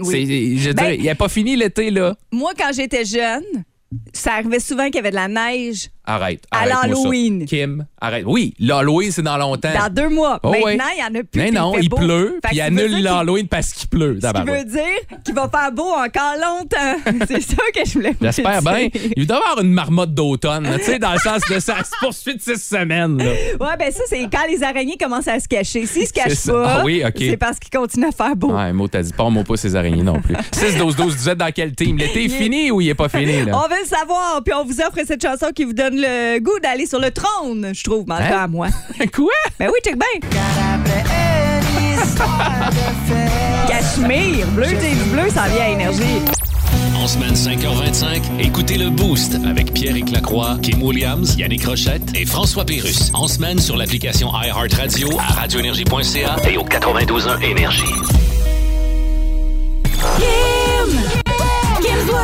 Speaker 3: Oui.
Speaker 4: C'est- Je veux
Speaker 3: Ben-
Speaker 4: dire, il a pas fini l'été, là.
Speaker 3: Moi, quand j'étais jeune, ça arrivait souvent qu'il y avait de la neige
Speaker 4: Arrête.
Speaker 3: À
Speaker 4: arrête-moi ça.
Speaker 3: l'Halloween.
Speaker 4: Kim, arrête. Oui, l'Halloween, c'est dans longtemps.
Speaker 3: dans deux mois.
Speaker 4: Oh, ouais.
Speaker 3: Maintenant, il y en a plus. puis
Speaker 4: Mais non,
Speaker 3: fait
Speaker 4: il
Speaker 3: beau.
Speaker 4: pleut,
Speaker 3: Fait
Speaker 4: puis il
Speaker 3: que ça veut dire
Speaker 4: annule
Speaker 3: qu'il-
Speaker 4: l'Halloween parce qu'il pleut.
Speaker 3: Ce qui
Speaker 4: tabarouette.
Speaker 3: veut dire qu'il va faire beau encore longtemps. *laughs* C'est ça que je voulais vous
Speaker 4: *laughs* J'espère
Speaker 3: dire.
Speaker 4: bien. Il doit y avoir une marmotte d'automne, là, tu sais, dans le sens de ça se poursuit de six semaines. là.
Speaker 3: Ouais, ben ça, c'est quand les araignées commencent à se cacher. S'ils se
Speaker 4: C'est
Speaker 3: cachent
Speaker 4: ça.
Speaker 3: pas,
Speaker 4: Ah oui, ok.
Speaker 3: c'est parce qu'ils continuent à faire beau.
Speaker 4: Ouais, mot t'as dit pas, mot pas ces araignées non *laughs* plus. 6, 12, 12, vous êtes dans quel team? L'été est fini ou il est pas fini? Là?
Speaker 3: On veut le savoir, puis on vous offre cette chanson qui vous donne le goût d'aller sur le trône, je trouve, mais en tout
Speaker 4: Hein?
Speaker 3: cas à moi.
Speaker 4: *laughs* Quoi?
Speaker 3: Ben oui, check bien. Cachemire, bleu, jeans bleu, ça vient à énergie.
Speaker 7: En semaine 5h25, écoutez le Boost avec pierre Lacroix, Kim Williams, Yannick Rochette et François Pérus. En semaine sur l'application iHeartRadio à radioénergie.ca et au 92.1 Énergie.
Speaker 8: World. Kim World.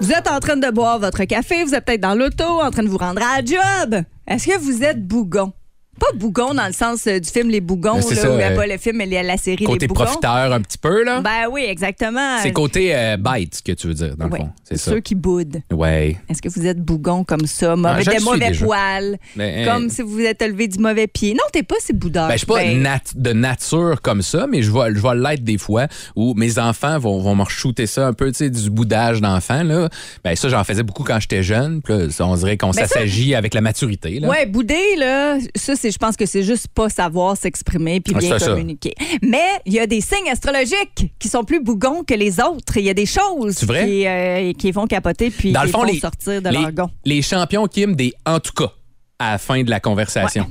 Speaker 3: Vous êtes en train de boire votre café, vous êtes peut-être dans l'auto, en train de vous rendre à la job. Est-ce que vous êtes bougon? Pas bougon dans le sens euh, du film Les Bougons,
Speaker 4: Ben, c'est
Speaker 3: là,
Speaker 4: ça,
Speaker 3: ou
Speaker 4: euh,
Speaker 3: pas le film, mais la la série
Speaker 4: Côté
Speaker 3: Les Bougons.
Speaker 4: profiteur un petit peu, là.
Speaker 3: Ben oui, exactement.
Speaker 4: c'est côté euh, bête que tu veux dire, dans
Speaker 3: Ouais.
Speaker 4: le fond. C'est ça.
Speaker 3: Ceux qui boudent.
Speaker 4: Ouais.
Speaker 3: Est-ce que vous êtes bougon comme ça? Mauvais,
Speaker 4: Ah, je le
Speaker 3: des
Speaker 4: suis
Speaker 3: mauvais
Speaker 4: déjà.
Speaker 3: poils.
Speaker 4: Mais,
Speaker 3: comme
Speaker 4: euh,
Speaker 3: si vous vous êtes levé du mauvais pied. Non, t'es pas si boudeur.
Speaker 4: Ben, je suis pas
Speaker 3: Ben,
Speaker 4: nat- de nature comme ça, mais je vais, je vais l'être des fois où mes enfants vont, vont me shooter ça un peu, tu sais, du boudage d'enfant, là. Ben, ça, j'en faisais beaucoup quand j'étais jeune. Puis là, ça, on dirait qu'on
Speaker 3: Ben, ça-
Speaker 4: s'assagit avec la maturité, là.
Speaker 3: Ouais, bouder, là, ça, c'est, je pense que c'est juste pas savoir s'exprimer puis
Speaker 4: Ah,
Speaker 3: bien
Speaker 4: c'est ça.
Speaker 3: communiquer. Mais il y a des signes astrologiques qui sont plus bougons que les autres. Il y a des choses
Speaker 4: C'est vrai?
Speaker 3: Qui, euh, qui font capoter puis
Speaker 4: Dans le
Speaker 3: qui
Speaker 4: fond,
Speaker 3: font
Speaker 4: les,
Speaker 3: sortir de
Speaker 4: les-
Speaker 3: leur gond.
Speaker 4: les champions qui aiment des en tout cas à la fin de la conversation.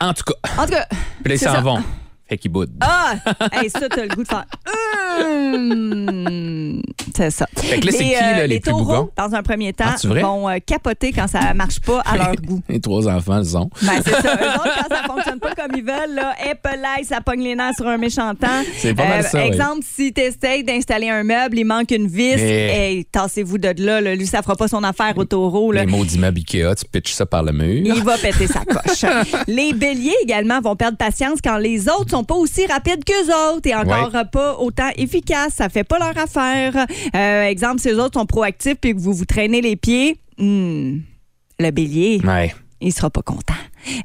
Speaker 4: En tout cas. *laughs*
Speaker 3: En tout cas,
Speaker 4: Puis là, ils
Speaker 3: c'est
Speaker 4: s'en
Speaker 3: ça.
Speaker 4: vont. Fait qu'ils boudent. *laughs*
Speaker 3: Ah! Hey, ça, t'as le goût de faire. Hum! c'est ça. euh,
Speaker 4: Fait que là, c'est qui, là, les plus
Speaker 3: taureaux,
Speaker 4: bougons?
Speaker 3: dans un premier temps,
Speaker 4: Ah, c'est vrai?
Speaker 3: vont euh, capoter quand ça marche pas
Speaker 4: *laughs*
Speaker 3: à leur goût.
Speaker 4: Les trois enfants, ils ont.
Speaker 3: Ben, c'est ça. Eux autres, quand ça fonctionne pas comme ils veulent, là, épelaille, ça pogne les nerfs sur un méchant temps. Euh,
Speaker 4: C'est pas mal ça, oui.
Speaker 3: Exemple, si t'essayes d'installer un meuble, il manque une vis,
Speaker 4: Mais-
Speaker 3: hey, tassez-vous de là, là. Lui, ça fera pas son affaire au taureau, là.
Speaker 4: Eh. Les mots d'immeuble Ikea, tu pitches ça par le mur.
Speaker 3: Il va péter sa coche. les béliers également vont perdre patience quand les autres sont pas aussi rapides qu'eux autres et encore pas autant efficaces. Ça fait pas leur affaire. Euh, exemple, si eux autres sont proactifs puis que vous vous traînez les pieds, hmm, le bélier,
Speaker 4: Ouais.
Speaker 3: il sera pas content.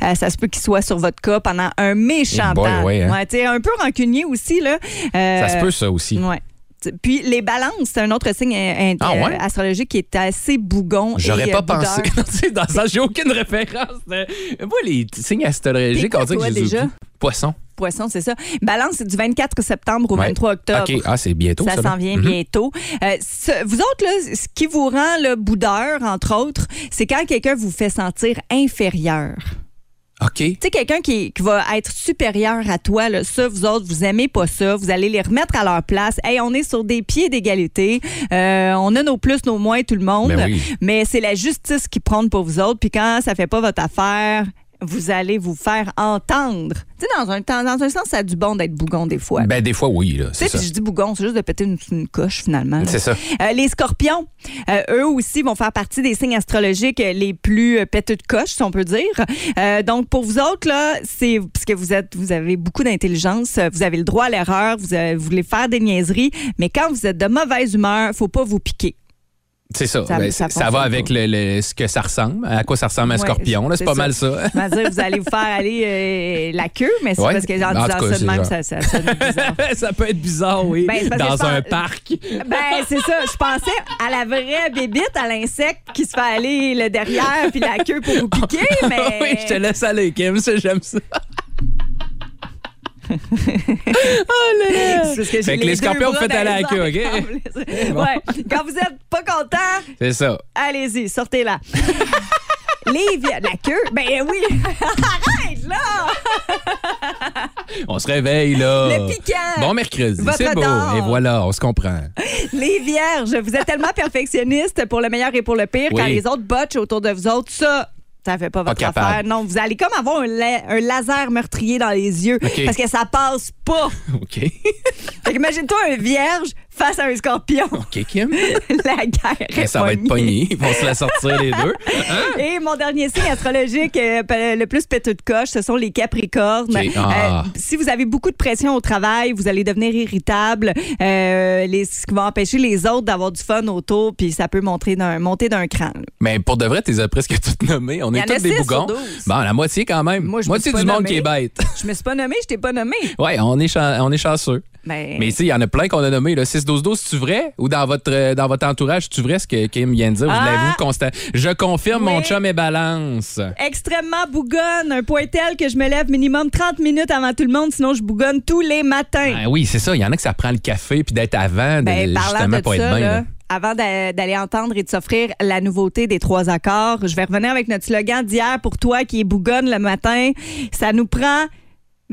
Speaker 3: Euh, ça se peut qu'il soit sur votre cas pendant un méchant
Speaker 4: Eh boy,
Speaker 3: temps.
Speaker 4: ouais, hein.
Speaker 3: Ouais, tu sais, un peu rancunier aussi. Là. Euh,
Speaker 4: Ça se peut, ça aussi.
Speaker 3: Ouais. T- Puis les balances, c'est un autre signe euh,
Speaker 4: Ah ouais?
Speaker 3: euh, astrologique qui est assez bougon.
Speaker 4: J'aurais
Speaker 3: et,
Speaker 4: pas
Speaker 3: euh,
Speaker 4: pensé. *laughs*
Speaker 3: boudeur.
Speaker 4: Non, tu sais, Dans ça, j'ai aucune référence. de- Moi, les t- signes astrologiques,
Speaker 3: T'es
Speaker 4: on
Speaker 3: quoi,
Speaker 4: dirait que
Speaker 3: toi,
Speaker 4: j'ai
Speaker 3: déjà?
Speaker 4: Poisson.
Speaker 3: Poisson, c'est ça. Balance, c'est du 24 septembre au
Speaker 4: Ouais.
Speaker 3: 23 octobre.
Speaker 4: OK. Ah, c'est bientôt.
Speaker 3: Ça
Speaker 4: là.
Speaker 3: s'en vient
Speaker 4: Mhm.
Speaker 3: bientôt. Euh, ce- vous autres, là, ce qui vous rend le boudeur, entre autres, c'est quand quelqu'un vous fait sentir inférieur.
Speaker 4: OK.
Speaker 3: Tu sais, quelqu'un qui, qui va être supérieur à toi, là, ça, vous autres, vous aimez pas ça, vous allez les remettre à leur place. Hey, on est sur des pieds d'égalité. Euh, on a nos plus, nos moins, tout le monde.
Speaker 4: Ben oui.
Speaker 3: Mais c'est la justice qui prône pour vous autres. Puis quand ça fait pas votre affaire, vous allez vous faire entendre. Tu sais, dans un, temps- dans un sens, ça a du bon d'être bougon des fois.
Speaker 4: Ben, des fois, oui. là,
Speaker 3: Tu
Speaker 4: C'est
Speaker 3: sais,
Speaker 4: ça.
Speaker 3: puis je dis bougon, c'est juste de péter une, une coche finalement. là.
Speaker 4: C'est ça.
Speaker 3: Euh, les scorpions, euh, eux aussi vont faire partie des signes astrologiques euh, les plus euh, péteux de coche, si on peut dire. Euh, donc, pour vous autres, là, c'est parce que vous, êtes, vous avez beaucoup d'intelligence, euh, vous avez le droit à l'erreur, vous, euh, vous voulez faire des niaiseries, mais quand vous êtes de mauvaise humeur, faut pas vous piquer.
Speaker 4: C'est ça.
Speaker 3: Ça-
Speaker 4: Ben, Ça,
Speaker 3: ça fonctionne
Speaker 4: va avec le, le- ce que ça ressemble, à quoi ça ressemble un
Speaker 3: Ouais,
Speaker 4: scorpion. là, C'est
Speaker 3: c'est
Speaker 4: pas
Speaker 3: ça.
Speaker 4: mal ça.
Speaker 3: *laughs* Je veux dire, vous allez vous faire aller euh, la queue, mais c'est
Speaker 4: Ouais.
Speaker 3: parce que en
Speaker 4: En tout
Speaker 3: disant
Speaker 4: cas,
Speaker 3: ça de
Speaker 4: c'est
Speaker 3: même,
Speaker 4: genre-
Speaker 3: ça, ça,
Speaker 4: *laughs*
Speaker 3: ça donne bizarre.
Speaker 4: ça peut être bizarre, oui.
Speaker 3: Ben, c'est parce que je
Speaker 4: Dans un
Speaker 3: pense- *laughs*
Speaker 4: parc. *laughs*
Speaker 3: Ben, c'est ça. Je pensais à la vraie bébite, à l'insecte qui se fait aller le derrière puis la queue pour vous piquer, mais.
Speaker 4: Ah *laughs* oui, je te laisse aller, Kim. Ça, J'aime
Speaker 3: *laughs*
Speaker 4: ça. Oh
Speaker 3: C'est parce que j'ai
Speaker 4: Fait que les
Speaker 3: deux
Speaker 4: scorpions,
Speaker 3: bras
Speaker 4: vous faites aller à la
Speaker 3: dans les
Speaker 4: queue, OK?
Speaker 3: ensemble. Ouais. Quand vous êtes pas content,
Speaker 4: *laughs* C'est ça. *laughs*
Speaker 3: allez-y, sortez-la. Les vi- la queue, ben oui. *laughs* Arrête là.
Speaker 4: On se réveille, là.
Speaker 3: Le piquant.
Speaker 4: Bon mercredi,
Speaker 3: Votre
Speaker 4: c'est beau.
Speaker 3: dent.
Speaker 4: Et voilà, on se comprend. *laughs*
Speaker 3: Les vierges, vous êtes tellement perfectionniste pour le meilleur et pour le pire
Speaker 4: Oui.
Speaker 3: quand les autres botchent autour de vous autres, ça ça fait pas votre
Speaker 4: capable.
Speaker 3: affaire. Non, vous allez comme avoir un, la- un laser meurtrier dans les yeux
Speaker 4: OK.
Speaker 3: parce que ça passe pas.
Speaker 4: OK.
Speaker 3: Fait qu'imagine-toi un vierge face à un scorpion. *laughs*
Speaker 4: OK, Kim.
Speaker 3: la guerre.
Speaker 4: Ben,
Speaker 3: est
Speaker 4: ça va être pogné. Ils vont se la sortir les
Speaker 3: *laughs*
Speaker 4: deux. Hein?
Speaker 3: Et mon dernier signe astrologique euh, pe- le plus péteux de coche, ce sont les Capricornes. Euh,
Speaker 4: Ok. Ah.
Speaker 3: si vous avez beaucoup de pression au travail, vous allez devenir irritable, euh, les, ce qui va empêcher les autres d'avoir du fun autour, puis ça peut monter d'un, monter d'un cran. là.
Speaker 4: Mais pour de vrai, t'es as presque *laughs* toutes nommées. On
Speaker 3: Il y
Speaker 4: est
Speaker 3: en a
Speaker 4: tous
Speaker 3: six
Speaker 4: des
Speaker 3: sur
Speaker 4: bougons.
Speaker 3: douze.
Speaker 4: Bon, la moitié quand même.
Speaker 3: Moi, je me
Speaker 4: moitié
Speaker 3: suis pas
Speaker 4: du monde qui est
Speaker 3: nommée.
Speaker 4: bête. *laughs*
Speaker 3: Je me suis pas nommée, je t'ai pas nommée.
Speaker 4: Ouais, on est, chan- on est chanceux.
Speaker 3: Mais,
Speaker 4: Mais tu sais, il y en a plein qu'on a nommés. là. 6-12-12, c'est-tu vrai? Ou dans votre, euh, dans votre entourage, c'est-tu vrai ce que Kim vient de dire?
Speaker 3: Ah!
Speaker 4: Vous l'avez constant. Je confirme, mon
Speaker 3: Oui.
Speaker 4: chum est balance.
Speaker 3: Extrêmement bougonne, un point tel que je me lève minimum 30 minutes avant tout le monde, sinon je bougonne tous les matins.
Speaker 4: Ah oui, c'est ça. Il y en a que ça prend le café puis d'être avant, de-
Speaker 3: Ben, parlant
Speaker 4: justement,
Speaker 3: de
Speaker 4: pas
Speaker 3: ça,
Speaker 4: être bien.
Speaker 3: là,
Speaker 4: là.
Speaker 3: avant d'a- d'aller entendre et de s'offrir la nouveauté des trois accords, je vais revenir avec notre slogan d'hier pour toi qui est bougonne le matin. Ça nous prend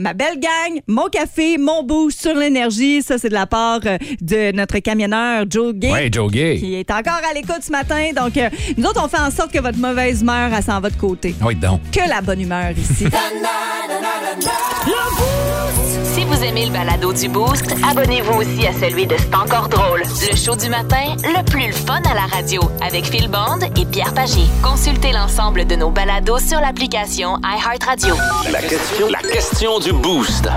Speaker 3: ma belle gang, mon café, mon boost sur l'énergie. Ça, c'est de la part euh, de notre camionneur Joe Gay.
Speaker 4: Ouais, Joe Gay.
Speaker 3: Qui est encore à l'écoute ce matin. Donc, euh, nous autres, on fait en sorte que votre mauvaise humeur, elle s'en va de côté.
Speaker 4: Oui, donc.
Speaker 3: Que la bonne humeur ici.
Speaker 1: Si vous vous aimez le balado du Boost, abonnez-vous aussi à celui de C'est encore drôle. Le show du matin, le plus le fun à la radio, avec Phil Bond et Pierre Pagé. Consultez l'ensemble de nos balados sur l'application iHeartRadio.
Speaker 7: La question, la question du Boost.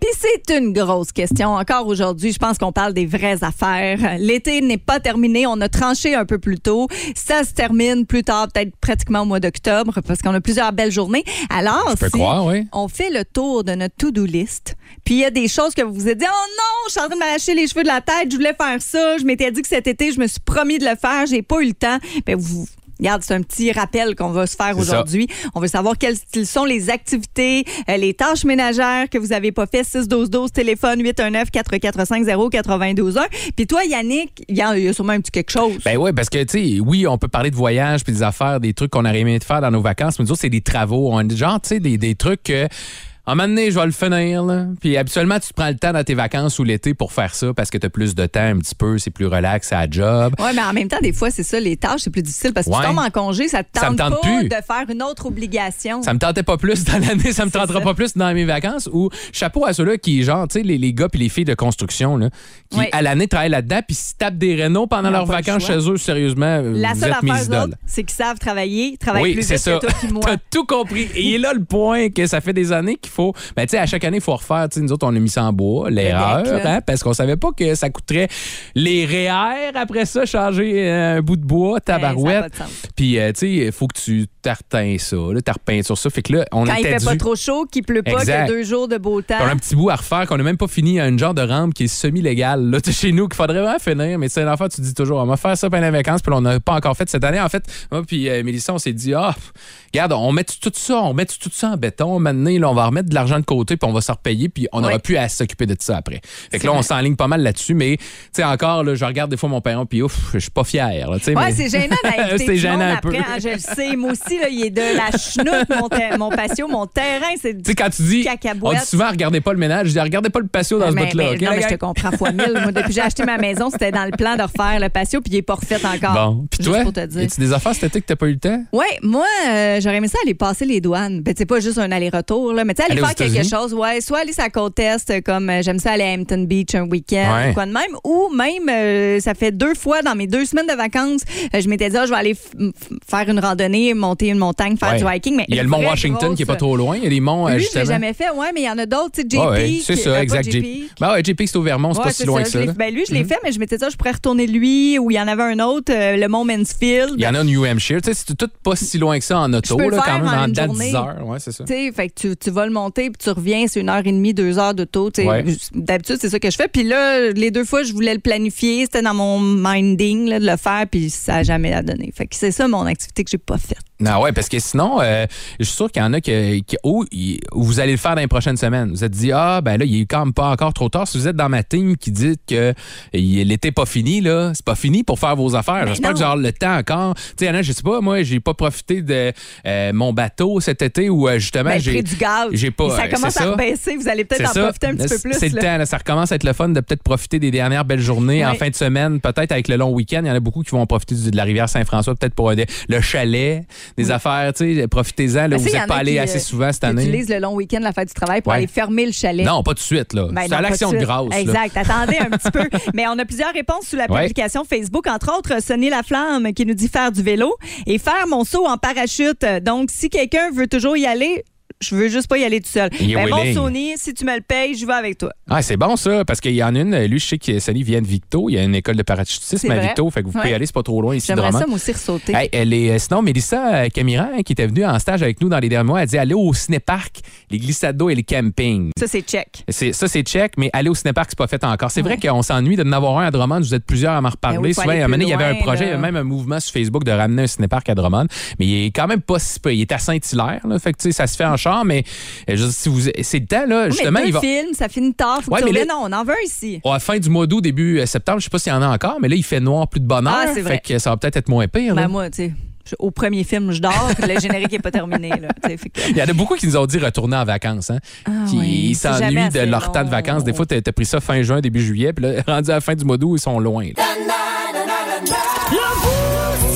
Speaker 3: Puis c'est une grosse question. Encore aujourd'hui, je pense qu'on parle des vraies affaires. L'été n'est pas terminé. On a tranché un peu plus tôt. Ça se termine plus tard, peut-être pratiquement au mois d'octobre, parce qu'on a plusieurs belles journées. Alors,
Speaker 4: Je peux
Speaker 3: si
Speaker 4: croire, oui.
Speaker 3: on fait le tour de notre to-do list, puis il y a des choses que vous vous êtes dit, oh non, je suis en train de m'arracher les cheveux de la tête, je voulais faire ça, je m'étais dit que cet été, je me suis promis de le faire, j'ai pas eu le temps. Ben, vous, Regarde, c'est un petit rappel qu'on va se faire
Speaker 4: C'est ça.
Speaker 3: aujourd'hui. On veut savoir quelles sont les activités, euh, les tâches ménagères que vous avez pas fait. 6 12 12 téléphone 819 445 0921. Puis toi, Yannick, il y, a- il y a sûrement un petit quelque chose.
Speaker 4: Ben oui, parce que, tu sais, oui, on peut parler de voyage, puis des affaires, des trucs qu'on aurait aimé faire dans nos vacances, mais nous autres, c'est des travaux. On, genre, tu sais, des, des trucs que. À un moment donné, je vais le finir. Là. Puis habituellement, tu te prends le temps dans tes vacances ou l'été pour faire ça parce que tu as plus de temps un petit peu, c'est plus relax, c'est à la job.
Speaker 3: Oui, mais en même temps, des fois, c'est ça, les tâches, c'est plus difficile parce que
Speaker 4: Ouais.
Speaker 3: tu tombes en congé, ça te
Speaker 4: Ça me
Speaker 3: tente,
Speaker 4: tente
Speaker 3: pas
Speaker 4: plus.
Speaker 3: de faire une autre obligation.
Speaker 4: Ça me tentait pas plus dans l'année, ça me tentera
Speaker 3: ça.
Speaker 4: pas plus dans mes vacances. Ou chapeau à ceux-là qui, genre, tu sais, les, les gars puis les filles de construction, là, qui
Speaker 3: Ouais.
Speaker 4: à l'année travaillent là-dedans puis se tapent des rénaux pendant
Speaker 3: Ils
Speaker 4: leurs
Speaker 3: ont pas le
Speaker 4: vacances
Speaker 3: choix.
Speaker 4: chez eux, sérieusement. euh,
Speaker 3: La
Speaker 4: vous
Speaker 3: seule
Speaker 4: êtes mes
Speaker 3: affaire, eux
Speaker 4: idoles.
Speaker 3: autres, c'est qu'ils savent travailler, ils travaillent
Speaker 4: Oui,
Speaker 3: plus
Speaker 4: c'est
Speaker 3: vite
Speaker 4: ça.
Speaker 3: que toi
Speaker 4: *laughs*
Speaker 3: puis moi.
Speaker 4: T'as tout compris. Et il est là le point que ça fait des années qu'il faut. Ben, tu sais, à chaque année, il faut refaire. Tu sais, nous autres, on a mis ça en bois, l'erreur,
Speaker 3: deck, là.
Speaker 4: hein, parce qu'on savait pas que ça coûterait les REER après ça, changer euh, un bout de bois,
Speaker 3: Eh, ça a pas
Speaker 4: tabarouette.
Speaker 3: de sens.
Speaker 4: Puis, euh, tu sais, il faut que tu tartines ça, là, tarpins sur ça. Fait que là, on
Speaker 3: Quand il
Speaker 4: était
Speaker 3: fait pas
Speaker 4: dû-
Speaker 3: trop chaud, qu'il pleut pas, qu'il y a
Speaker 4: Exact.
Speaker 3: deux jours de beau temps.
Speaker 4: puis on a un petit bout à refaire qu'on n'a même pas fini, un genre de rampe qui est semi-légale là, de chez nous, qu'il faudrait vraiment finir. Mais tu sais, l'enfant, tu te dis toujours, on va faire ça pendant les vacances, puis là, on n'a pas encore fait cette année. En fait, moi, puis euh, Mélissa, on s'est dit, ah, pff, regarde, on met tout ça, on met tout ça en béton. Maintenant, là, on va remettre de l'argent de côté, puis on va se repayer, puis on n'aura
Speaker 3: Ouais.
Speaker 4: plus à s'occuper de ça après. Fait que là, on s'enligne pas mal là-dessus, mais tu sais, encore, là, je regarde des fois mon parent, puis ouf, je suis pas fier. là, tu sais,
Speaker 3: Ouais,
Speaker 4: mais-
Speaker 3: c'est gênant
Speaker 4: *laughs*
Speaker 3: d'inviter
Speaker 4: C'est
Speaker 3: tout le monde
Speaker 4: gênant un peu.
Speaker 3: après. hein, je le sais. Moi aussi, là, il est de la chenoute, mon, ter- mon patio, mon terrain. C'est
Speaker 4: Tu sais, quand tu dis, on
Speaker 3: Cacahuète.
Speaker 4: dit souvent, regardez pas le ménage, je dis, regardez pas le patio dans ce
Speaker 3: Mais-
Speaker 4: bout-là.
Speaker 3: mais-
Speaker 4: OK, la
Speaker 3: non, mais je
Speaker 4: gang?
Speaker 3: te comprends fois mille. Moi, depuis que j'ai acheté ma maison, c'était dans le plan de refaire le patio, puis il est pas refait encore.
Speaker 4: Bon, puis
Speaker 3: Juste
Speaker 4: toi,
Speaker 3: pour te dire.
Speaker 4: as-tu des affaires cet été que t'as pas eu le temps?
Speaker 3: Oui, moi, euh, j'aurais aimé ça aller passer les douanes. Ben, c'est pas juste un aller-retour, là, mais tu sais, aller,
Speaker 4: Aller aux
Speaker 3: faire quelque
Speaker 4: États-Unis?
Speaker 3: chose. Ouais, soit aller sur la côte Est, euh, comme euh, j'aime ça aller à Hampton Beach un week-end,
Speaker 4: Ouais.
Speaker 3: ou quoi de même. Ou même, euh, ça fait deux fois dans mes deux semaines de vacances, euh, je m'étais dit, ah, je vais aller f- m- f- faire une randonnée, monter une montagne, faire
Speaker 4: Ouais.
Speaker 3: du hiking. Mais
Speaker 4: Il y a
Speaker 3: une
Speaker 4: le mont
Speaker 3: vraie
Speaker 4: Washington qui est pas
Speaker 3: grosse-
Speaker 4: trop loin. Il y a les monts, euh,
Speaker 3: Lui, je
Speaker 4: justement.
Speaker 3: l'ai jamais fait, ouais, mais il y en a d'autres, tu sais, JP.
Speaker 4: Ah ouais, c'est
Speaker 3: qui-
Speaker 4: ça,
Speaker 3: euh, pas
Speaker 4: exact.
Speaker 3: JP.
Speaker 4: JP. Ben ouais, JP, c'est au Vermont, c'est
Speaker 3: Ouais,
Speaker 4: pas si loin
Speaker 3: ça,
Speaker 4: que
Speaker 3: je
Speaker 4: ça.
Speaker 3: l'ai-
Speaker 4: là.
Speaker 3: ben lui, je l'ai fait, mais je m'étais dit, ah, je pourrais retourner lui, ou il y en avait un autre, euh, le Mont Mansfield.
Speaker 4: Il y en a au New Hampshire. Tu sais, c'est tout pas si loin que ça en auto,
Speaker 3: peux le
Speaker 4: là,
Speaker 3: faire
Speaker 4: quand même,
Speaker 3: en
Speaker 4: en
Speaker 3: une
Speaker 4: dedans de
Speaker 3: journée.
Speaker 4: 10 heures. Ouais, c'est ça.
Speaker 3: Tu sais, fait que tu, tu vas le monter, puis tu reviens, c'est une heure et demie, deux heures de taux. tu sais.
Speaker 4: Ouais.
Speaker 3: D'habitude, c'est ça que je fais. Puis là, les deux fois, je voulais le planifier, c'était dans mon minding là, de le faire, puis ça n'a jamais la donné. Fait que c'est ça mon activité que j'ai pas faite.
Speaker 4: Non, ouais, parce que sinon, euh, je suis sûr qu'il y en a que, que- où, il- où vous allez le faire dans les prochaines semaines. Vous êtes dit, ah, ben là, il est quand même pas encore trop tard. Si vous êtes dans ma team qui dit que il- l'été pas fini, là, c'est pas fini pour faire vos affaires. J'espère
Speaker 3: non.
Speaker 4: que j'aurai le temps encore. Tu sais, il y en a, je sais pas, moi, j'ai pas profité de euh, mon bateau cet été où, euh, justement,
Speaker 3: Ben,
Speaker 4: j'ai.
Speaker 3: prix du gaz.
Speaker 4: j'ai pas-
Speaker 3: ça
Speaker 4: euh,
Speaker 3: commence
Speaker 4: c'est
Speaker 3: à ben,
Speaker 4: ça.
Speaker 3: baisser, vous allez peut-être en
Speaker 4: C'est ça.
Speaker 3: profiter un petit peu plus.
Speaker 4: C'est le
Speaker 3: là.
Speaker 4: temps, là. ça recommence à être le fun de peut-être profiter des dernières belles journées en
Speaker 3: Ouais.
Speaker 4: fin de semaine, peut-être avec le long week-end. Il y en a beaucoup qui vont profiter du- de la rivière Saint-François, peut-être pour euh, des- le chalet, des affaires, tu sais, profitez-en. là,
Speaker 3: Parce
Speaker 4: Vous
Speaker 3: qu'il y en
Speaker 4: n'êtes pas
Speaker 3: a
Speaker 4: allé
Speaker 3: qui,
Speaker 4: assez
Speaker 3: euh,
Speaker 4: souvent cette
Speaker 3: Tu
Speaker 4: année.
Speaker 3: utilises le long week-end, la fête du travail, pour
Speaker 4: Ouais.
Speaker 3: aller fermer le chalet.
Speaker 4: Non, pas tout de suite, là.
Speaker 3: Ben
Speaker 4: c'est à
Speaker 3: non, pas
Speaker 4: l'action de
Speaker 3: suite.
Speaker 4: grâce. là.
Speaker 3: Exact. Attendez un petit
Speaker 4: *laughs*
Speaker 3: peu. Mais on a plusieurs réponses sous la
Speaker 4: Ouais.
Speaker 3: publication Facebook. Entre autres, Sonny Laflamme qui nous dit faire du vélo et faire mon saut en parachute. Donc, si quelqu'un veut toujours y aller, je veux juste pas y aller tout seul.
Speaker 4: Il est
Speaker 3: Ben, bon,
Speaker 4: willing.
Speaker 3: Sony, si tu me le payes, je vais avec toi.
Speaker 4: Ah, c'est bon ça, parce qu'il y en a une, lui, je sais que Sally vient de Victo, il y a une école de
Speaker 3: C'est
Speaker 4: parachutisme à
Speaker 3: vrai.
Speaker 4: Victo, fait que vous pouvez
Speaker 3: Ouais.
Speaker 4: y aller, c'est pas trop loin ici de
Speaker 3: J'aimerais
Speaker 4: Drummond.
Speaker 3: ça, moi aussi, ressauter.
Speaker 4: Hey, elle est, euh, sinon, Mélissa euh, Camira, hein, qui était venue en stage avec nous dans les derniers mois, elle dit allez au ciné-parc, les glissades d'eau et les campings.
Speaker 3: Ça, c'est check.
Speaker 4: C'est- ça, c'est check, mais aller au cinépark, c'est pas fait encore. C'est vrai qu'on s'ennuie de n'avoir un à Drummond. Vous êtes plusieurs à m'en reparler.
Speaker 3: Ben oui, faut
Speaker 4: Souvent,
Speaker 3: aller
Speaker 4: à un moment
Speaker 3: plus
Speaker 4: donné, il y avait un
Speaker 3: loin,
Speaker 4: projet, il y
Speaker 3: là.
Speaker 4: avait même un mouvement sur Facebook de ramener un cinépark à Drummond. Mais il est quand même pas si peu. Il est à Saint-Hilaire, là. Fait que, tu sais, ça se fait en char, mais euh, je veux dire, si vous, c'est le temps, là, justement,
Speaker 3: Oh, mais deux
Speaker 4: il va.
Speaker 3: films, ça finit tard. Faut
Speaker 4: Ouais,
Speaker 3: que tu
Speaker 4: mais là-
Speaker 3: reviennes. Non, on en veut ici.
Speaker 4: À la fin du mois d'août, début euh, septembre, je sais pas s'il y en a encore, mais là, il fait noir plus de bonne heure.
Speaker 3: Ah, c'est vrai.
Speaker 4: Fait que ça va peut-être être moins pire. là.
Speaker 3: Ben, moi, tu sais, je- au premier film, je dors, puis le générique n'est pas terminé. Là, Tu sais, fait que-
Speaker 4: Il y en a beaucoup qui nous ont dit retourner en vacances. Hein, qui
Speaker 3: oui, Ah, c'est jamais
Speaker 4: s'ennuient de
Speaker 3: assez
Speaker 4: leur temps de
Speaker 3: long.
Speaker 4: vacances. *laughs* Des fois, t'as t'as pris ça fin juin, début juillet, puis là, rendu à la fin du mois d'août, ils sont loin. là.